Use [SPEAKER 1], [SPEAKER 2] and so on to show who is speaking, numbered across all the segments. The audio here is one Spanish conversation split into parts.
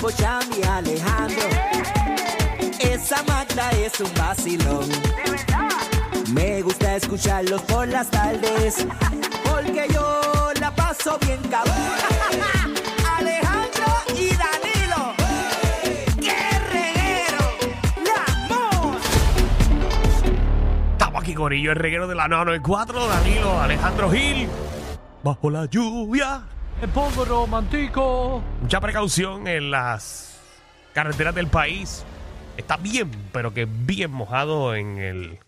[SPEAKER 1] pues manejando. Esa Magda es un vacilón. Me gusta escucharlos por las tardes, porque yo la paso bien cabrón. Alejandro y Danilo, qué reguero, la amor.
[SPEAKER 2] Estamos aquí, Corillo, el reguero de la 994, Danilo Alejandro Gil. Bajo la lluvia.
[SPEAKER 3] El polvo romántico.
[SPEAKER 2] Mucha precaución en las carreteras del país. Está bien, pero que bien mojado en el,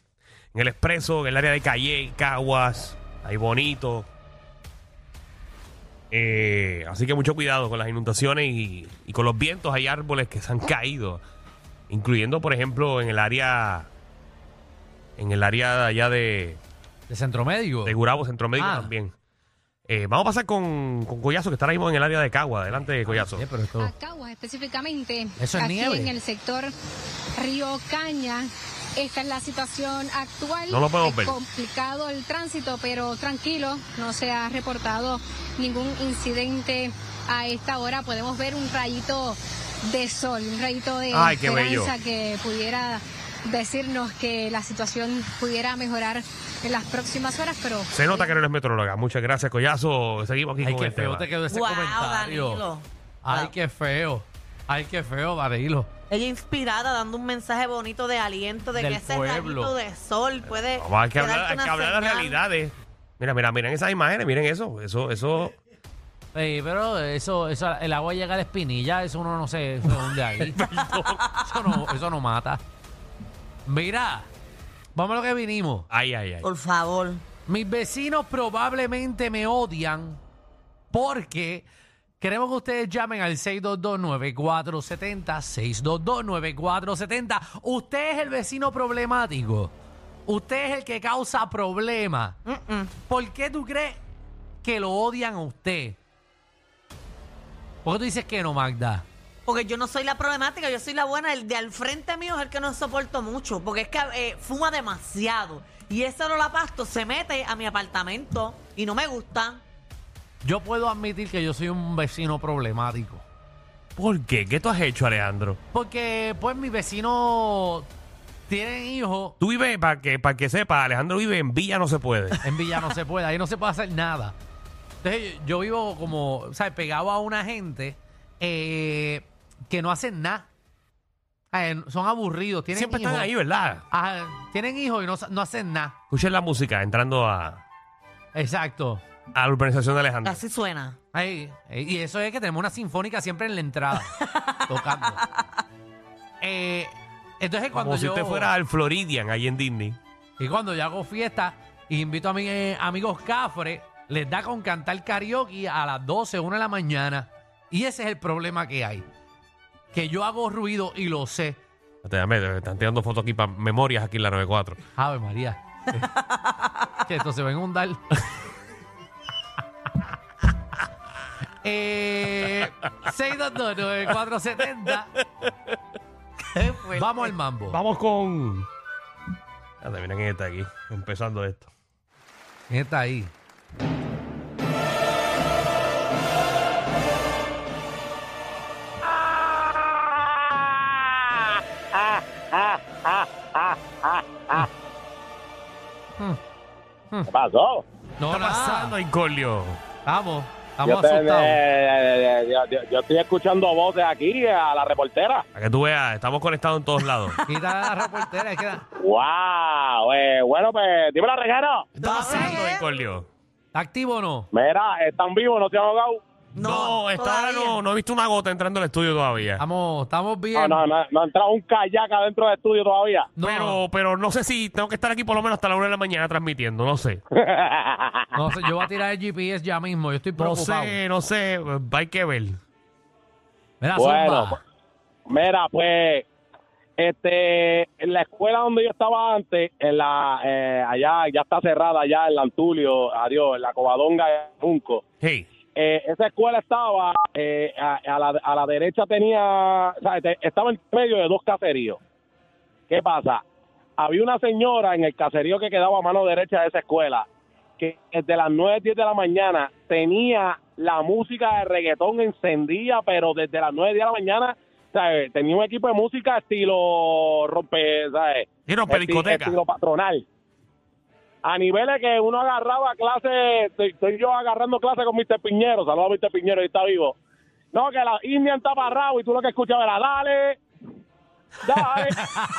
[SPEAKER 2] en el expreso, en el área de Calle, Caguas, ahí bonito. Eh, así que mucho cuidado con las inundaciones y, y con los vientos. Hay árboles que se han caído, incluyendo, por ejemplo, en el área, en el área de allá de,
[SPEAKER 3] De centro médico.
[SPEAKER 2] de Gurabo, Centro Médico
[SPEAKER 3] Ah.
[SPEAKER 2] también. Eh, vamos a pasar con, con Collazo, que está ahora mismo en el área de Cagua. Adelante, Collazo.
[SPEAKER 3] Eh, pero esto-
[SPEAKER 4] Ah.
[SPEAKER 5] a Caguas específicamente.
[SPEAKER 3] Eso es
[SPEAKER 5] aquí
[SPEAKER 3] nieve.
[SPEAKER 5] en el sector Río Caña. Esta es la situación actual.
[SPEAKER 2] No lo podemos
[SPEAKER 5] Es
[SPEAKER 2] ver.
[SPEAKER 5] complicado el tránsito, pero tranquilo, no se ha reportado ningún incidente a esta hora. Podemos ver un rayito de sol, un rayito de
[SPEAKER 2] Ay, qué
[SPEAKER 5] esperanza que pudiera decirnos que la situación pudiera mejorar en las próximas horas, pero
[SPEAKER 2] Se nota que no eres metróloga. Muchas gracias, Collazo. Seguimos aquí
[SPEAKER 3] Ay,
[SPEAKER 2] con
[SPEAKER 3] qué
[SPEAKER 2] el
[SPEAKER 3] feo
[SPEAKER 2] tema.
[SPEAKER 3] te quedó ese
[SPEAKER 4] Guau,
[SPEAKER 3] comentario.
[SPEAKER 4] Danilo.
[SPEAKER 3] Ay,
[SPEAKER 4] Guau.
[SPEAKER 3] qué feo. Ay, qué feo, Danilo.
[SPEAKER 4] Ella inspirada, dando un mensaje bonito de aliento, de
[SPEAKER 3] Del
[SPEAKER 4] que ese
[SPEAKER 3] pueblo.
[SPEAKER 4] rayito de sol puede.
[SPEAKER 2] Vamos, hay que hablar,
[SPEAKER 4] darte
[SPEAKER 2] hay que
[SPEAKER 4] una
[SPEAKER 2] hablar de
[SPEAKER 4] señal.
[SPEAKER 2] realidades. Mira, mira, miren esas imágenes, miren eso. Eso, eso.
[SPEAKER 3] Ey, pero eso, eso, el agua llega a la espinilla, eso uno no sé eso de dónde ahí. eso, no, eso no mata. Mira, vamos a lo que vinimos.
[SPEAKER 2] Ay, ay, ay.
[SPEAKER 4] Por favor.
[SPEAKER 3] Mis vecinos probablemente me odian porque queremos que ustedes llamen al 622-9470. 622-9470. Usted es el vecino problemático. Usted es el que causa problemas.
[SPEAKER 4] Mm-mm.
[SPEAKER 3] ¿Por qué tú crees que lo odian a usted? ¿Por qué tú dices que no, Magda?
[SPEAKER 4] Porque yo no soy la problemática, yo soy la buena. El de al frente mío es el que no soporto mucho. Porque es que eh, fuma demasiado. Y ese olor a pasto se mete a mi apartamento y no me gusta.
[SPEAKER 3] Yo puedo admitir que yo soy un vecino problemático.
[SPEAKER 2] ¿Por qué? ¿Qué tú has hecho, Alejandro?
[SPEAKER 3] Porque, pues, mis vecinos tienen hijos
[SPEAKER 2] Tú vives, para que, para que sepa, Alejandro vive en Villa No Se Puede.
[SPEAKER 3] En Villa no se puede, ahí no se puede hacer nada. Entonces yo, yo vivo como, ¿sabes? Pegado a una gente eh, que no hacen nada. Eh, son aburridos, tienen
[SPEAKER 2] Siempre
[SPEAKER 3] hijos.
[SPEAKER 2] están ahí, ¿verdad?
[SPEAKER 3] Ajá, tienen hijos y no, sa- no hacen nada.
[SPEAKER 2] Escuchen la música entrando a,
[SPEAKER 3] Exacto.
[SPEAKER 2] a la urbanización de Alejandro.
[SPEAKER 4] Así suena.
[SPEAKER 3] Ahí, eh, y eso es que tenemos una sinfónica siempre en la entrada, tocando. Eh, entonces cuando
[SPEAKER 2] Como si
[SPEAKER 3] yo...
[SPEAKER 2] usted fuera al Floridian, ahí en Disney.
[SPEAKER 3] Y cuando yo hago fiesta y invito a mis eh, amigos cafres, les da con cantar karaoke a las 12, 1 de la mañana. Y ese es el problema que hay. Que yo hago ruido y lo sé.
[SPEAKER 2] Espérate, dame, me están tirando fotos aquí para memorias aquí en la 94.
[SPEAKER 3] Ave María. que esto se va a inundar. eh, 6229470. Vamos al mambo.
[SPEAKER 2] Vamos con. Espérate, mira quién está aquí, empezando esto.
[SPEAKER 3] ¿Quién está ahí?
[SPEAKER 6] ¿Qué pasó?
[SPEAKER 2] ¿Qué
[SPEAKER 3] No,
[SPEAKER 2] está
[SPEAKER 3] nada.
[SPEAKER 2] pasando, Incolio?
[SPEAKER 3] Estamos,
[SPEAKER 6] Yo,
[SPEAKER 3] estamos
[SPEAKER 6] te-
[SPEAKER 3] asustados.
[SPEAKER 6] eh, eh, yo- yo- yo estoy escuchando voces aquí eh, a la reportera.
[SPEAKER 2] Para que tú veas, estamos conectados en todos lados.
[SPEAKER 3] Quita la reportera, es que la-
[SPEAKER 6] ¡Wow! eh, bueno, pues, dime la reguera.
[SPEAKER 2] ¿Qué está pasando, Incolio?
[SPEAKER 3] ¿Está activo o no?
[SPEAKER 6] Mira, están vivos, no se han ahogado. Ah,
[SPEAKER 2] No,
[SPEAKER 4] No,
[SPEAKER 2] esta hora
[SPEAKER 4] todavía.
[SPEAKER 2] no, no he visto una gota entrando al estudio todavía.
[SPEAKER 3] Estamos, estamos bien.
[SPEAKER 6] No, no, no, no ha entrado un kayak adentro del estudio todavía.
[SPEAKER 3] No,
[SPEAKER 2] Pero, pero no sé si tengo que estar aquí por lo menos hasta la una de la mañana transmitiendo, no sé.
[SPEAKER 3] no sé, yo voy a tirar el GPS ya mismo. Yo estoy
[SPEAKER 2] No
[SPEAKER 3] preocupado.
[SPEAKER 2] sé, no sé, hay que ver.
[SPEAKER 3] Mira,
[SPEAKER 6] Bueno, pues-
[SPEAKER 3] Zumba.
[SPEAKER 6] Mira, pues, este, en la escuela donde yo estaba antes, en la, eh, allá, ya está cerrada, allá en Lantulio, adiós, en la Covadonga de Junco.
[SPEAKER 2] Hey,
[SPEAKER 6] eh, esa escuela estaba eh, a, a la, a la derecha tenía o sea, te- estaba en medio de dos caseríos qué pasa había una señora en el caserío que quedaba a mano derecha de esa escuela que desde las 9, 10 de la mañana tenía la música de reggaetón encendida, pero desde las 9, 10 de la mañana ¿sabes? Tenía un equipo de música estilo rompe, ¿sabes?
[SPEAKER 2] Sí, rompe
[SPEAKER 6] Esti-
[SPEAKER 2] discoteca.
[SPEAKER 6] Estilo patronal. A niveles que uno agarraba clases, estoy, estoy yo agarrando clases con Mr. Piñero, saludos a Mr. Piñero, ahí está vivo. No, que la Indian está parrado y tú lo que escuchabas era dale, dale,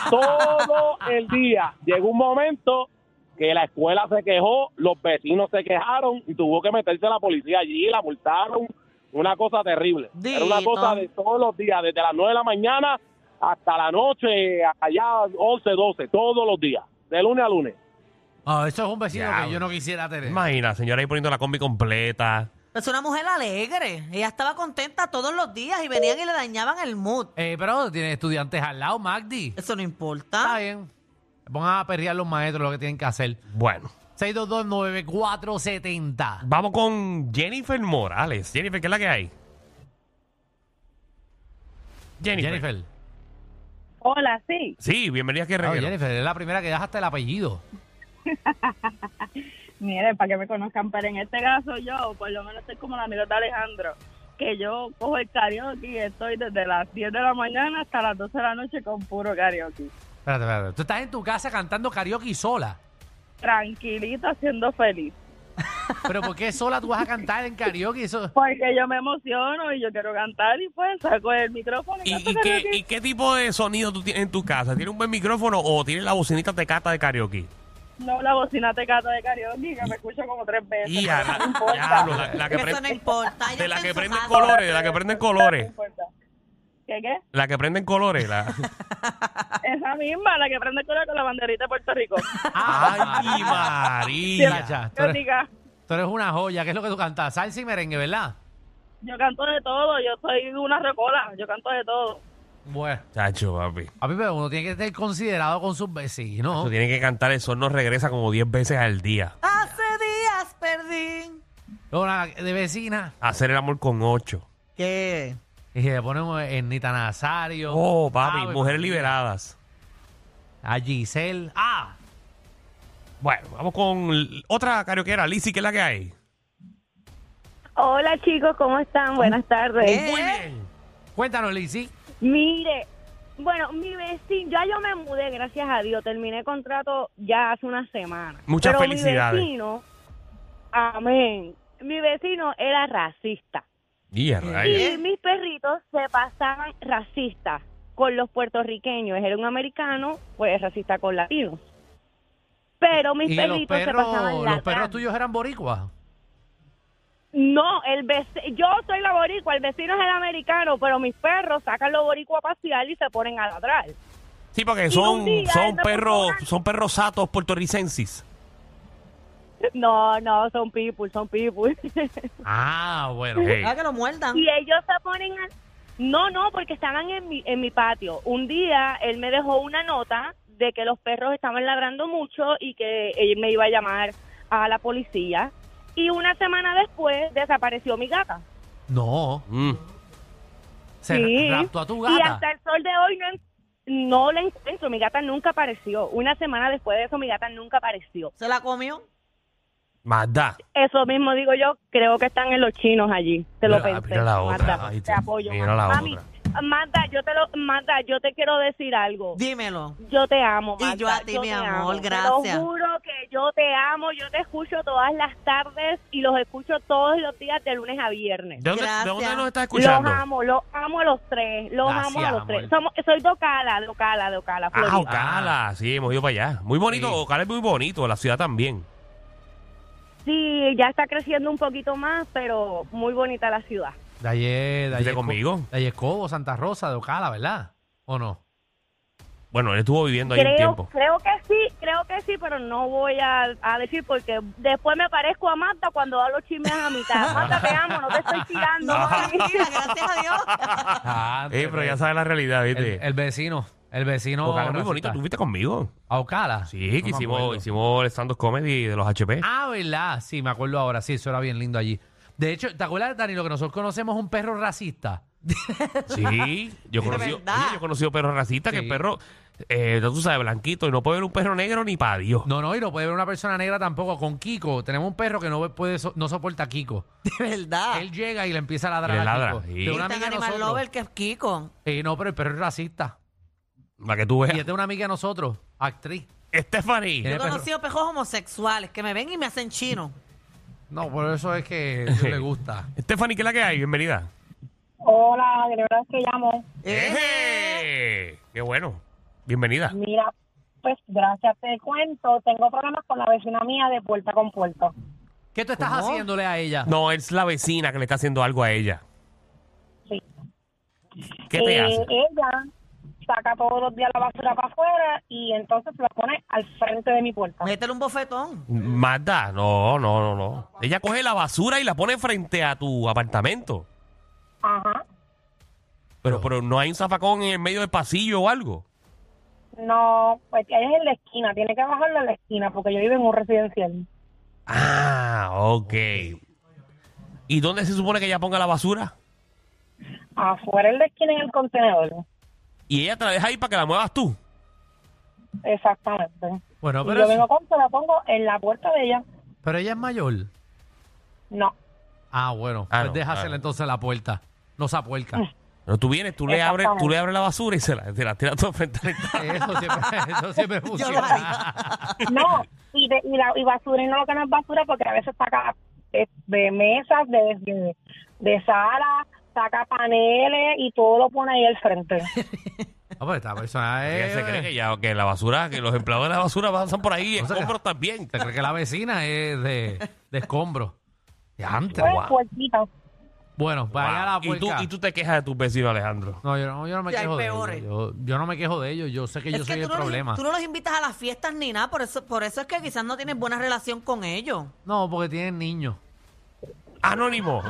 [SPEAKER 6] todo el día. Llegó un momento que la escuela se quejó, los vecinos se quejaron y tuvo que meterse la policía allí, la multaron, una cosa terrible. Era una
[SPEAKER 4] Dito.
[SPEAKER 6] cosa de todos los días, desde las 9 de la mañana hasta la noche, allá 11, 12, todos los días, de lunes a lunes.
[SPEAKER 3] Ah, eso es un vecino
[SPEAKER 2] Ya,
[SPEAKER 3] que yo no quisiera tener.
[SPEAKER 2] Imagina, señora ahí poniendo la combi completa.
[SPEAKER 4] Es una mujer alegre. Ella estaba contenta todos los días y venían y le dañaban el mood.
[SPEAKER 3] Eh, pero tiene estudiantes al lado, Magdi.
[SPEAKER 4] Eso no
[SPEAKER 3] Está
[SPEAKER 4] importa.
[SPEAKER 3] bien. Pongan a perrear los maestros lo que tienen que hacer.
[SPEAKER 2] Bueno,
[SPEAKER 3] 6229470.
[SPEAKER 2] vamos con Jennifer Morales. Jennifer, ¿qué es la que hay? Jennifer.
[SPEAKER 3] Jennifer.
[SPEAKER 7] Hola, sí.
[SPEAKER 2] Sí, bienvenida a que
[SPEAKER 3] Claro,
[SPEAKER 2] reguero.
[SPEAKER 3] Jennifer, es la primera que das hasta el apellido.
[SPEAKER 7] Mire, para que me conozcan, pero en este caso yo, por lo menos soy como la amiga de Alejandro, que yo cojo el karaoke y estoy desde las 10 de la mañana hasta las 12 de la noche con puro karaoke.
[SPEAKER 3] Espérate, espérate. Tú estás en tu casa cantando karaoke sola.
[SPEAKER 7] Tranquilita, siendo feliz.
[SPEAKER 3] Pero ¿por qué sola tú vas a cantar en karaoke? Eso...
[SPEAKER 7] Porque yo me emociono y yo quiero cantar y pues saco el micrófono y,
[SPEAKER 2] ¿Y,
[SPEAKER 7] canto
[SPEAKER 2] y qué,
[SPEAKER 7] karaoke.
[SPEAKER 2] y qué tipo de sonido tú tienes en tu casa? ¿Tiene un buen micrófono o tiene la bocinita tecata de karaoke?
[SPEAKER 7] No la bocina te cato de karaoke, que me escucho como tres veces.
[SPEAKER 2] Y
[SPEAKER 7] pero
[SPEAKER 2] a-
[SPEAKER 7] no importa.
[SPEAKER 2] diablo, la, la que
[SPEAKER 4] Eso no
[SPEAKER 2] prende,
[SPEAKER 4] importa. Ella
[SPEAKER 2] de la
[SPEAKER 4] está
[SPEAKER 2] que
[SPEAKER 4] en su
[SPEAKER 2] prende
[SPEAKER 4] casa.
[SPEAKER 2] colores, de la que prende colores.
[SPEAKER 7] No importa. ¿Qué qué?
[SPEAKER 2] La que prende en colores. La...
[SPEAKER 7] Esa misma, la que prende el color con la banderita de Puerto Rico.
[SPEAKER 2] ¡Ay, María!
[SPEAKER 3] Chacha, tú
[SPEAKER 7] Yo
[SPEAKER 3] eres,
[SPEAKER 7] diga,
[SPEAKER 3] tú eres una joya. ¿Qué es lo que tú cantas? Salsa y merengue, ¿verdad?
[SPEAKER 7] Yo canto de todo, yo soy una recola, yo canto de todo.
[SPEAKER 3] Bueno.
[SPEAKER 2] Chacho, papi.
[SPEAKER 3] A mí, pero uno tiene que ser considerado con sus vecinos.
[SPEAKER 2] Eso tiene que cantar El Sol no regresa como 10 veces al día.
[SPEAKER 4] Hace días perdí.
[SPEAKER 3] Una de vecina.
[SPEAKER 2] Hacer el amor con 8.
[SPEAKER 4] ¿Qué?
[SPEAKER 3] Y le ponen en Nita Nazario. Ah,
[SPEAKER 2] Oh, papi,
[SPEAKER 3] Ave
[SPEAKER 2] mujeres
[SPEAKER 3] María.
[SPEAKER 2] liberadas.
[SPEAKER 3] A Giselle. ¡Ah!
[SPEAKER 2] Bueno, vamos con l- otra carioquera, Lizzy, ¿qué es la que hay?
[SPEAKER 7] Hola chicos, ¿cómo están? Buenas tardes.
[SPEAKER 4] ¿Eh?
[SPEAKER 2] Muy bien.
[SPEAKER 3] Cuéntanos, Lizzy.
[SPEAKER 7] Mire, bueno, mi vecino, ya yo me mudé, gracias a Dios, terminé contrato ya hace una semana.
[SPEAKER 2] Muchas
[SPEAKER 7] Pero
[SPEAKER 2] felicidades.
[SPEAKER 7] Mi vecino, amén. Mi vecino era racista.
[SPEAKER 2] Y a rayos.
[SPEAKER 7] Y mis perritos se pasaban racistas con los puertorriqueños. Era un americano, pues racista con latinos. Pero mis
[SPEAKER 3] y que
[SPEAKER 7] perritos
[SPEAKER 3] los
[SPEAKER 7] se
[SPEAKER 3] perros,
[SPEAKER 7] pasaban
[SPEAKER 3] los perros
[SPEAKER 7] ladrando.
[SPEAKER 3] tuyos eran boricuas.
[SPEAKER 7] No, el vec- yo soy la boricua, el vecino es el americano, pero mis perros sacan los boricua a pasear y se ponen a ladrar.
[SPEAKER 2] Sí, porque
[SPEAKER 7] un
[SPEAKER 2] son,
[SPEAKER 7] día
[SPEAKER 2] son
[SPEAKER 7] él me
[SPEAKER 2] perros,
[SPEAKER 7] puso una-
[SPEAKER 2] son perros satos puertorricensis.
[SPEAKER 7] No, no, son people, son people.
[SPEAKER 3] Ah, bueno.
[SPEAKER 2] Hey.
[SPEAKER 4] Ah, que lo muerdan.
[SPEAKER 7] y ellos se ponen a... No, no, porque estaban en mi, en mi patio. Un día él me dejó una nota de que los perros estaban ladrando mucho y que él me iba a llamar a la policía. Y una semana después desapareció mi gata.
[SPEAKER 3] No.
[SPEAKER 2] Mm.
[SPEAKER 3] Se
[SPEAKER 7] Sí.
[SPEAKER 3] raptó a tu
[SPEAKER 7] Y
[SPEAKER 3] gata.
[SPEAKER 7] hasta el sol de hoy no, en- no la encuentro. Mi gata nunca apareció. Una semana después de eso, mi gata nunca apareció.
[SPEAKER 4] ¿Se la comió?
[SPEAKER 2] Más da.
[SPEAKER 7] Eso mismo digo yo. Creo que están en los chinos allí. Te lo
[SPEAKER 2] Mira, ah,
[SPEAKER 7] pensé.
[SPEAKER 2] mira la otra.
[SPEAKER 7] Magda, pues,
[SPEAKER 2] Ay,
[SPEAKER 7] te
[SPEAKER 2] Dios,
[SPEAKER 7] apoyo.
[SPEAKER 2] mira la
[SPEAKER 7] Mami,
[SPEAKER 2] otra.
[SPEAKER 7] Magda, yo te lo, Magda, yo te quiero decir algo.
[SPEAKER 4] Dímelo.
[SPEAKER 7] Yo te amo,
[SPEAKER 4] Y
[SPEAKER 7] Magda.
[SPEAKER 4] yo a ti, mi
[SPEAKER 7] te
[SPEAKER 4] amor,
[SPEAKER 7] amo. Te
[SPEAKER 4] gracias.
[SPEAKER 7] lo juro que yo te amo. Yo te escucho todas las tardes y los escucho todos los días de lunes a viernes.
[SPEAKER 2] ¿De dónde,
[SPEAKER 4] Gracias.
[SPEAKER 2] de dónde nos estás
[SPEAKER 7] Los
[SPEAKER 2] escuchando?
[SPEAKER 7] amo, los amo a los tres. Los
[SPEAKER 3] Gracias,
[SPEAKER 7] amo a los
[SPEAKER 3] amor.
[SPEAKER 7] tres. Somos, soy de Ocala, de Ocala, de Ocala, Florida.
[SPEAKER 2] Ah, Ocala, sí, hemos ido para allá. Muy bonito,
[SPEAKER 3] Sí.
[SPEAKER 2] Ocala es muy bonito, la ciudad también.
[SPEAKER 7] Sí, ya está creciendo un poquito más, pero muy bonita la ciudad.
[SPEAKER 3] De ayer, de
[SPEAKER 2] ¿Fuiste
[SPEAKER 3] ayer.
[SPEAKER 2] conmigo?
[SPEAKER 3] De ayer Cobo, Santa Rosa, de Ocala, ¿verdad? ¿O no?
[SPEAKER 2] Bueno, él estuvo viviendo ahí un
[SPEAKER 7] Creo,
[SPEAKER 2] tiempo.
[SPEAKER 7] creo que sí, creo que sí, pero no voy a, a decir porque después me parezco a Marta cuando hablo chismes a mitad. Marta, te amo, no te estoy tirando.
[SPEAKER 4] No,
[SPEAKER 7] mami.
[SPEAKER 4] tranquila, gracias a Dios.
[SPEAKER 3] Ah,
[SPEAKER 2] Eh, pero ya sabes la realidad,
[SPEAKER 3] El,
[SPEAKER 2] ¿viste?
[SPEAKER 3] el vecino. El vecino.
[SPEAKER 2] Ocala es muy
[SPEAKER 3] racista.
[SPEAKER 2] bonito, ¿tú fuiste conmigo?
[SPEAKER 3] ¿A Ocala?
[SPEAKER 2] Sí, que
[SPEAKER 3] No me acuerdo.
[SPEAKER 2] hicimos, hicimos el stand-up comedy de los HP.
[SPEAKER 3] Ah, ¿verdad? Sí, me acuerdo ahora. Sí, eso era bien lindo allí. De hecho, ¿te acuerdas, Danilo, que nosotros conocemos un perro racista?
[SPEAKER 2] Sí, yo
[SPEAKER 4] De
[SPEAKER 2] conocí, oye,
[SPEAKER 4] verdad.
[SPEAKER 2] yo he conocido perros racistas, que
[SPEAKER 3] Sí.
[SPEAKER 2] el perro eh, tú sabes, blanquito, y no puede ver un perro negro ni para Dios.
[SPEAKER 3] No, no, y no puede ver una persona negra tampoco. Con Kiko, tenemos un perro que no puede so- no soporta a Kiko.
[SPEAKER 4] De verdad.
[SPEAKER 3] Él llega y le empieza a ladrar
[SPEAKER 2] Ah. Le
[SPEAKER 3] a
[SPEAKER 2] ladra,
[SPEAKER 3] Kiko.
[SPEAKER 2] sí.
[SPEAKER 3] De
[SPEAKER 4] Es
[SPEAKER 3] una
[SPEAKER 4] tan
[SPEAKER 3] amiga de
[SPEAKER 4] Este animal
[SPEAKER 3] nosotros.
[SPEAKER 4] lover que es Kiko.
[SPEAKER 3] Eh, no, pero el perro es racista.
[SPEAKER 2] Para que tú
[SPEAKER 3] Y este- es
[SPEAKER 2] veas.
[SPEAKER 3] de una amiga de nosotros, actriz.
[SPEAKER 2] Stephanie,
[SPEAKER 4] Yo he
[SPEAKER 3] Tiene perro.
[SPEAKER 4] conocido pejos homosexuales que me ven y me hacen chino.
[SPEAKER 3] No, por eso es que no le gusta.
[SPEAKER 2] Stephanie, ¿qué es la que hay? Bienvenida.
[SPEAKER 7] Hola, de verdad es que llamo.
[SPEAKER 4] ¡Eh!
[SPEAKER 2] ¡Eh! ¡Qué bueno! Bienvenida.
[SPEAKER 7] Mira, pues gracias, te cuento. Tengo problemas con la vecina mía de puerta con puerta.
[SPEAKER 3] ¿Qué tú estás
[SPEAKER 4] ¿Cómo?
[SPEAKER 3] haciéndole a ella?
[SPEAKER 2] No, es la vecina que le está haciendo algo a ella.
[SPEAKER 7] Sí.
[SPEAKER 2] ¿Qué te
[SPEAKER 7] Eh,
[SPEAKER 2] hace?
[SPEAKER 7] Ella saca todos los días la basura para afuera y entonces la pone al frente de mi puerta.
[SPEAKER 4] Métele un bofetón.
[SPEAKER 2] Magda, no, no, no, no. Ella coge la basura y la pone frente a tu apartamento.
[SPEAKER 7] Ajá.
[SPEAKER 2] Pero, pero no hay un zafacón en el medio del pasillo o algo.
[SPEAKER 7] No, pues ella es en la esquina, tiene que bajarla en la esquina porque yo vivo en un residencial.
[SPEAKER 2] Ah, ok. ¿Y dónde se supone que ella ponga la basura?
[SPEAKER 7] Afuera en la esquina en el contenedor.
[SPEAKER 2] Y ella te la deja ahí para que la muevas tú.
[SPEAKER 7] Exactamente.
[SPEAKER 3] Bueno,
[SPEAKER 7] Y
[SPEAKER 3] pero
[SPEAKER 7] yo
[SPEAKER 3] es-
[SPEAKER 7] vengo con, se la pongo en la puerta de ella.
[SPEAKER 3] Pero ella es mayor.
[SPEAKER 7] No.
[SPEAKER 3] Ah, bueno.
[SPEAKER 2] Ah,
[SPEAKER 3] pues
[SPEAKER 2] no,
[SPEAKER 3] déjasela
[SPEAKER 2] ah.
[SPEAKER 3] entonces a la puerta. No se apuerca.
[SPEAKER 2] Pero tú vienes, tú le abres, tú le abres la basura y se la, te la tiras todo frente a la
[SPEAKER 3] Eso siempre, eso siempre funciona.
[SPEAKER 7] No, y, de, y, la, y basura, y no lo que no es basura, porque a veces saca eh, de mesas, de, de, de sala, saca paneles y todo lo pone ahí al frente.
[SPEAKER 3] Ah, pero esta persona
[SPEAKER 2] Ella
[SPEAKER 3] es...
[SPEAKER 2] se cree que, ya, que la basura, que los empleados de la basura pasan por ahí y
[SPEAKER 3] No sé.
[SPEAKER 2] escombros también.
[SPEAKER 3] se cree que la vecina es de, de escombro. De antes.
[SPEAKER 7] Pues,
[SPEAKER 2] Guau.
[SPEAKER 7] puertita.
[SPEAKER 3] Bueno, pues allá la
[SPEAKER 2] Wow. ¿Y, tú,
[SPEAKER 3] puerca.
[SPEAKER 2] y tú te quejas de tus vecinos, Alejandro.
[SPEAKER 3] No, yo no, yo no me
[SPEAKER 4] Ya hay
[SPEAKER 3] quejo de
[SPEAKER 4] peores.
[SPEAKER 3] ellos. Yo, yo no me quejo de ellos. Yo sé que yo soy el
[SPEAKER 4] tú, no los,
[SPEAKER 3] problema.
[SPEAKER 4] tú no los invitas a las fiestas ni nada, por eso, por eso es que quizás no tienes buena relación con ellos.
[SPEAKER 3] No, porque tienen niños.
[SPEAKER 2] Anónimo.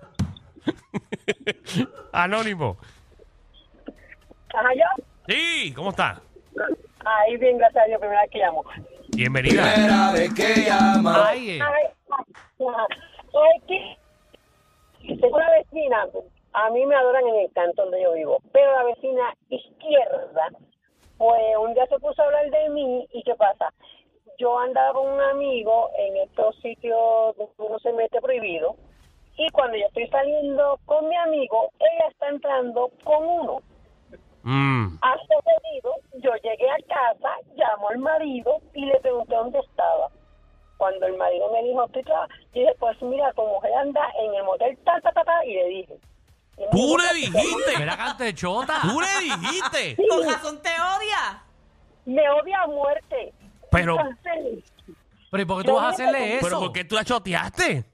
[SPEAKER 2] Anónimo.
[SPEAKER 7] Ajá, yo.
[SPEAKER 2] Sí, ¿cómo estás?
[SPEAKER 7] Ahí bien, gracias a Dios, primera vez que llamo.
[SPEAKER 2] Bienvenida.
[SPEAKER 3] Ay, eh.
[SPEAKER 7] Ay, ajá. Ay, que tengo una vecina, a mí me adoran en el cantón donde yo vivo, pero la vecina izquierda, pues un día se puso a hablar de mí y qué pasa. Yo andaba con un amigo en estos sitios donde uno se mete prohibido y cuando yo estoy saliendo con mi amigo, ella está entrando con uno.
[SPEAKER 2] Mm.
[SPEAKER 7] Hace pedido, yo llegué a casa, llamo al marido y le pregunté dónde estaba. Cuando el marido me dijo, estoy traba-", yo dije, pues mira, tu mujer anda en el motel, ta, ta, ta, ta, y le dije. Y me
[SPEAKER 2] Tú
[SPEAKER 7] dijo,
[SPEAKER 2] le dijiste.
[SPEAKER 3] Mira, cante chota.
[SPEAKER 2] Tú le dijiste.
[SPEAKER 4] Con razón te odia.
[SPEAKER 7] Me odia a muerte.
[SPEAKER 2] Pero-
[SPEAKER 7] Entonces,
[SPEAKER 3] Pero ¿y por qué tú
[SPEAKER 7] Yo
[SPEAKER 3] vas a hacerle
[SPEAKER 7] no-
[SPEAKER 3] eso?
[SPEAKER 2] Pero ¿por qué tú la choteaste?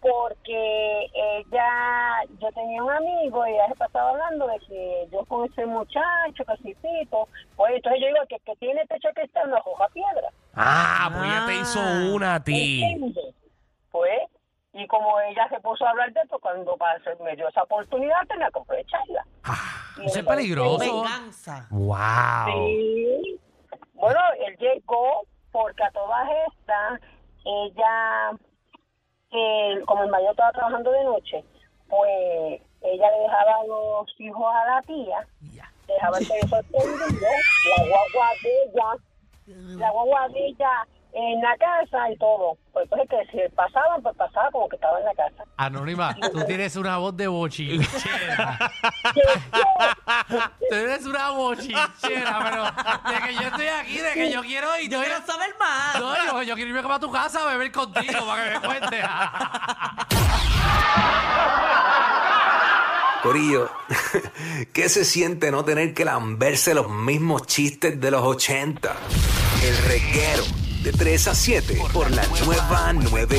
[SPEAKER 7] porque ella, yo tenía un amigo y ella se pasaba hablando de que yo con ese muchacho, casicito, pues entonces yo digo que el que tiene este techo que está una hoja piedra.
[SPEAKER 2] Ah, pues ella te hizo una a ti.
[SPEAKER 7] ¿Entiendes? Pues, y como ella se puso a hablar de esto, cuando pasó, me dio esa oportunidad, tenía que aprovecharla. Y
[SPEAKER 3] Ah, Eso es
[SPEAKER 7] entonces,
[SPEAKER 3] peligroso.
[SPEAKER 4] Venganza.
[SPEAKER 2] Wow.
[SPEAKER 7] Sí. Bueno, él llegó porque a todas estas, ella, eh, como el mayor estaba trabajando de noche, pues ella le dejaba los hijos a la tía,
[SPEAKER 4] Ya.
[SPEAKER 7] dejaba el televisor prendido, la guagua de ella la guaguadilla en la casa y todo. Pues entonces que si pasaban, pues pasaba como que estaba en la casa.
[SPEAKER 3] Anónima, tú tienes una voz de bochinchera. tú tienes una bochinchera, pero de que yo estoy aquí, de que yo quiero y
[SPEAKER 4] Yo quiero saber más.
[SPEAKER 3] No, yo, yo quiero irme para tu casa a beber contigo para que me cuentes.
[SPEAKER 8] Corillo, ¿qué se siente no tener que lamberse los mismos chistes de los 80? El reguero de 3 a 7 por la nueva 9.